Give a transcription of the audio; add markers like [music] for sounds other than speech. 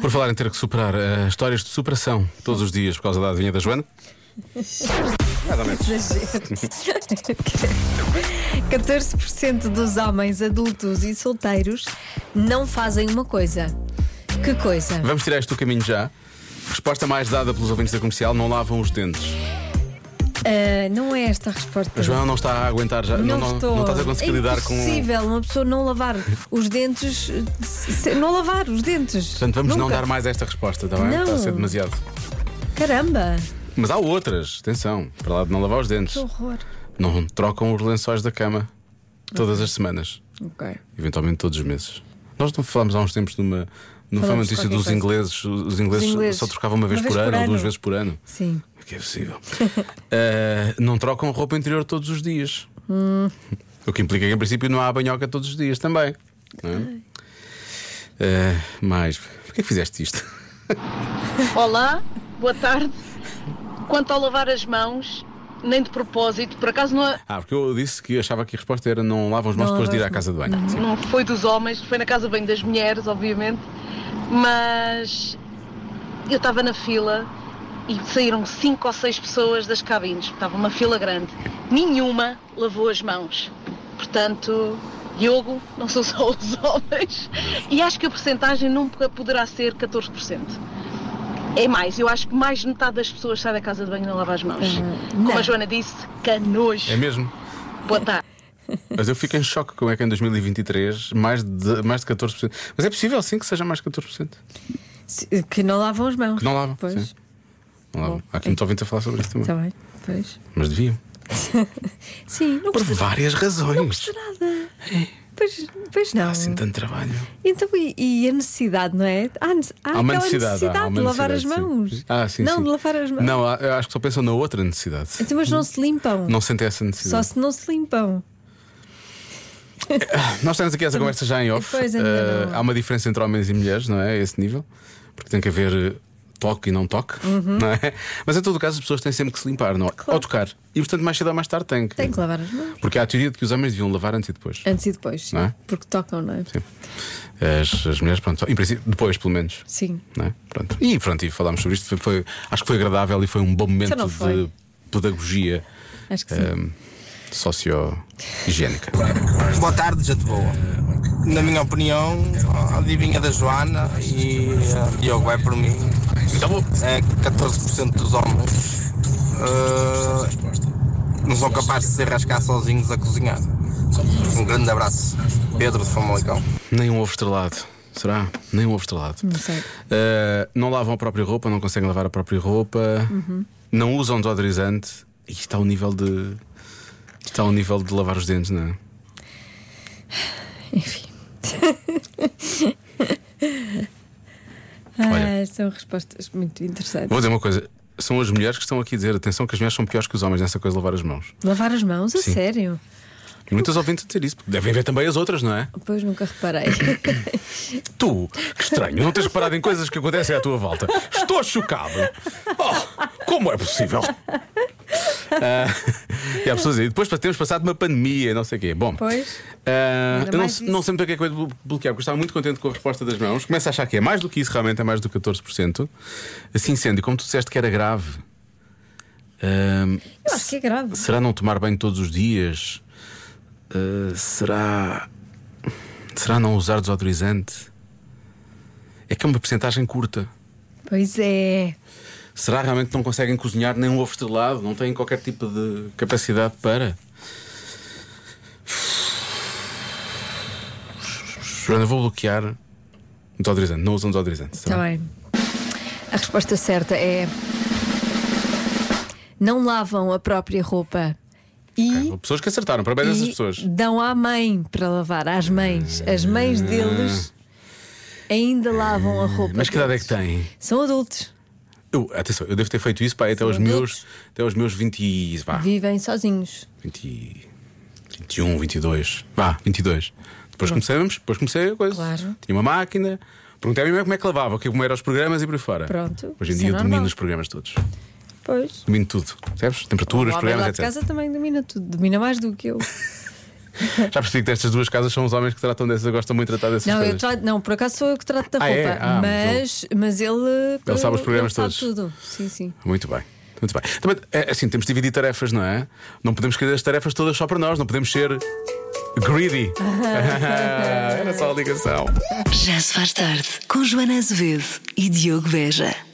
Por falar em ter que superar eh, histórias de superação todos os dias por causa da adivinha da Joana. Nada menos. 14% dos homens adultos e solteiros não fazem uma coisa. Que coisa? Vamos tirar isto do caminho já. Resposta mais dada pelos ouvintes da comercial: não lavam os dentes. Ah, não é esta a resposta. A Joana não está a aguentar já. Não, não, estou. não estás a conseguir é lidar com. impossível uma pessoa não lavar os dentes. eh, se- Não lavar os dentes. Portanto, vamos não Nunca. dar mais esta resposta, está bem? Não. Está a ser demasiado. Caramba, Mas há outras, atenção, para lá de não lavar os dentes. que horror. Não trocam os lençóis da cama todas as semanas, Ok. eventualmente todos os meses. Nós não falámos há uns tempos numa, numa Falamos notícia qualquer dos coisa. ingleses. Os ingleses, Os ingleses. só trocavam uma vez, por, ano, ou duas vezes por ano. Sim. Como é Que é possível. [laughs] Ah, não trocam roupa interior todos os dias. Hum. O que implica que, em princípio, não há banhoca todos os dias também. não é? Ah, mas, porquê que fizeste isto? Olá, boa tarde. Quanto ao lavar as mãos, nem de propósito, por acaso não, Ah, porque eu disse que achava que a resposta era não lavam as mãos Não depois de ir lavam à as casa de banho. Sim. não foi dos homens, foi na casa bem das mulheres, obviamente, mas eu estava na fila e saíram cinco ou seis pessoas das cabines, estava uma fila grande. Nenhuma lavou as mãos. Portanto, Diogo, não são só os homens. E acho que a porcentagem nunca poderá ser 14%. É mais, eu acho que mais de metade das pessoas sai da casa de banho e não lava as mãos. Como não. a Joana disse, canojo. É mesmo? Boa tarde. Mas eu fico em choque como é que em 2023 mais de, mais de 14%. Mas é possível sim que seja mais de 14%. Se- Que não lavam as mãos. Que não lavam. Pois. sim. Não lavam. Bom, é Então. Há aqui muitos ouvintes a falar sobre isso também. Está bem. Pois. Mas deviam. Sim, não Por É. custa várias razões. nada. Pois, pois não. Há assim tanto trabalho. Então, e, e a necessidade, não é? Há, nece- há Há uma aquela necessidade. há uma de lavar as necessidade, mãos. sim. Ah, sim, não, sim. de lavar as mãos. Não, há- eu acho que só pensam na outra necessidade. Então, mas não se limpam. Não sentem essa Só necessidade. se não se limpam. Nós temos aqui essa conversa já em off. Pois, ainda Eh, não. há uma diferença entre homens e mulheres, não é? A esse nível. Porque tem que haver eh, toque e não toque, não é? Mas em todo caso, as pessoas têm sempre que se limpar, não é? Uhum. Claro. Ou tocar. E portanto, mais cedo ou mais tarde têm que. Tem que lavar as mãos. Porque há a teoria de que os homens deviam lavar antes e depois. Antes e depois. sim. Não é? Porque tocam, não é? Sim. As, as mulheres, pronto, só- em princípio, depois, pelo menos. Sim. Não é? pronto. E pronto, e falámos sobre isto. Foi, foi- acho que foi agradável e foi um bom momento Então não foi. de pedagogia Acho que sim. ehm, socio-higiênica. Boa tarde, gente boa. Na minha opinião, a adivinha da Joana e eh, Diogo é por mim. É 14% dos homens eh, não são capazes de se rascar sozinhos a cozinhar. Um grande abraço. Pedro de Famalicão. Nem um ovo estrelado. Será? Nem um ovo estrelado. Não sei. Eh, não lavam a própria roupa, não conseguem lavar a própria roupa, Uhum. não usam desodorizante. E está ao nível de. Está ao nível de lavar os dentes, não é? [laughs] Enfim. Olha. Ah, são respostas muito interessantes. Vou dizer uma coisa. São as mulheres que estão aqui a dizer: atenção, que as mulheres são piores que os homens nessa coisa de lavar as mãos. Lavar as mãos? A Sim. sério? E muitas ouvintes a dizer isso. porque Devem ver também as outras, não é? Pois nunca reparei. [laughs] Tu, que estranho, não tens reparado em coisas que acontecem à tua volta. Estou chocado. Oh, como é possível? Ah, e há pessoas aí. Depois temos passado uma pandemia, não sei o quê. Bom, Pois. ah, Ainda eu não, mais se- isso. não sei muito o que é que eu ia bloquear, porque estava muito contente com a resposta das mãos. Começo a achar que é mais do que isso, realmente é mais do que 14%. Assim sendo, e como tu disseste que era grave, ah, Eu acho que é grave. será não tomar banho todos os dias? Ah, será. Será não usar desodorizante? É que é uma porcentagem curta. Pois é. Será realmente que não conseguem cozinhar nem um ovo estrelado? Não têm qualquer tipo de capacidade para? Joana, vou bloquear desodorizante. Não usam desodorizante. Está Tá bem? Tá bem. A resposta certa é. Não lavam a própria roupa e, Houve Pessoas que acertaram, parabéns a essas e pessoas. dão à mãe para lavar, às mães. As mães deles ainda lavam a roupa. Mas que idade é deles. que têm? São adultos, Eu, atenção, eu devo ter feito isso pá, até, São os meus, adultos. até os meus 20. e- Vá, vivem sozinhos. 20, 21, 22. Vá, 22. Depois começamos, depois comecei a coisa. Claro. Tinha uma máquina. Perguntei-me como é que lavava, que- como eram os programas e por aí fora. Pronto, Hoje em isso dia é eu domino normal. os programas todos. Pois. Domino tudo. Percebes? Temperaturas, o homem lá programas, de etc. [laughs] casa também domina tudo, domina mais do que eu. Já percebi que destas duas casas são os homens que tratam dessas, gostam muito de tratar dessas Não, eu coisas. trato, não, por acaso sou eu que trato da Ah, roupa. é? Ah, mas, mas ele. eh, Ele sabe os programas ele todos. Sabe tudo. Sim, sim. Muito bem. Muito bem. Também, é, assim, temos de dividir tarefas, não é? Não podemos querer as tarefas todas só para nós, não podemos ser [laughs] greedy. [laughs] Era só a ligação. Já se faz tarde com Joana Azevedo e Diogo Veja.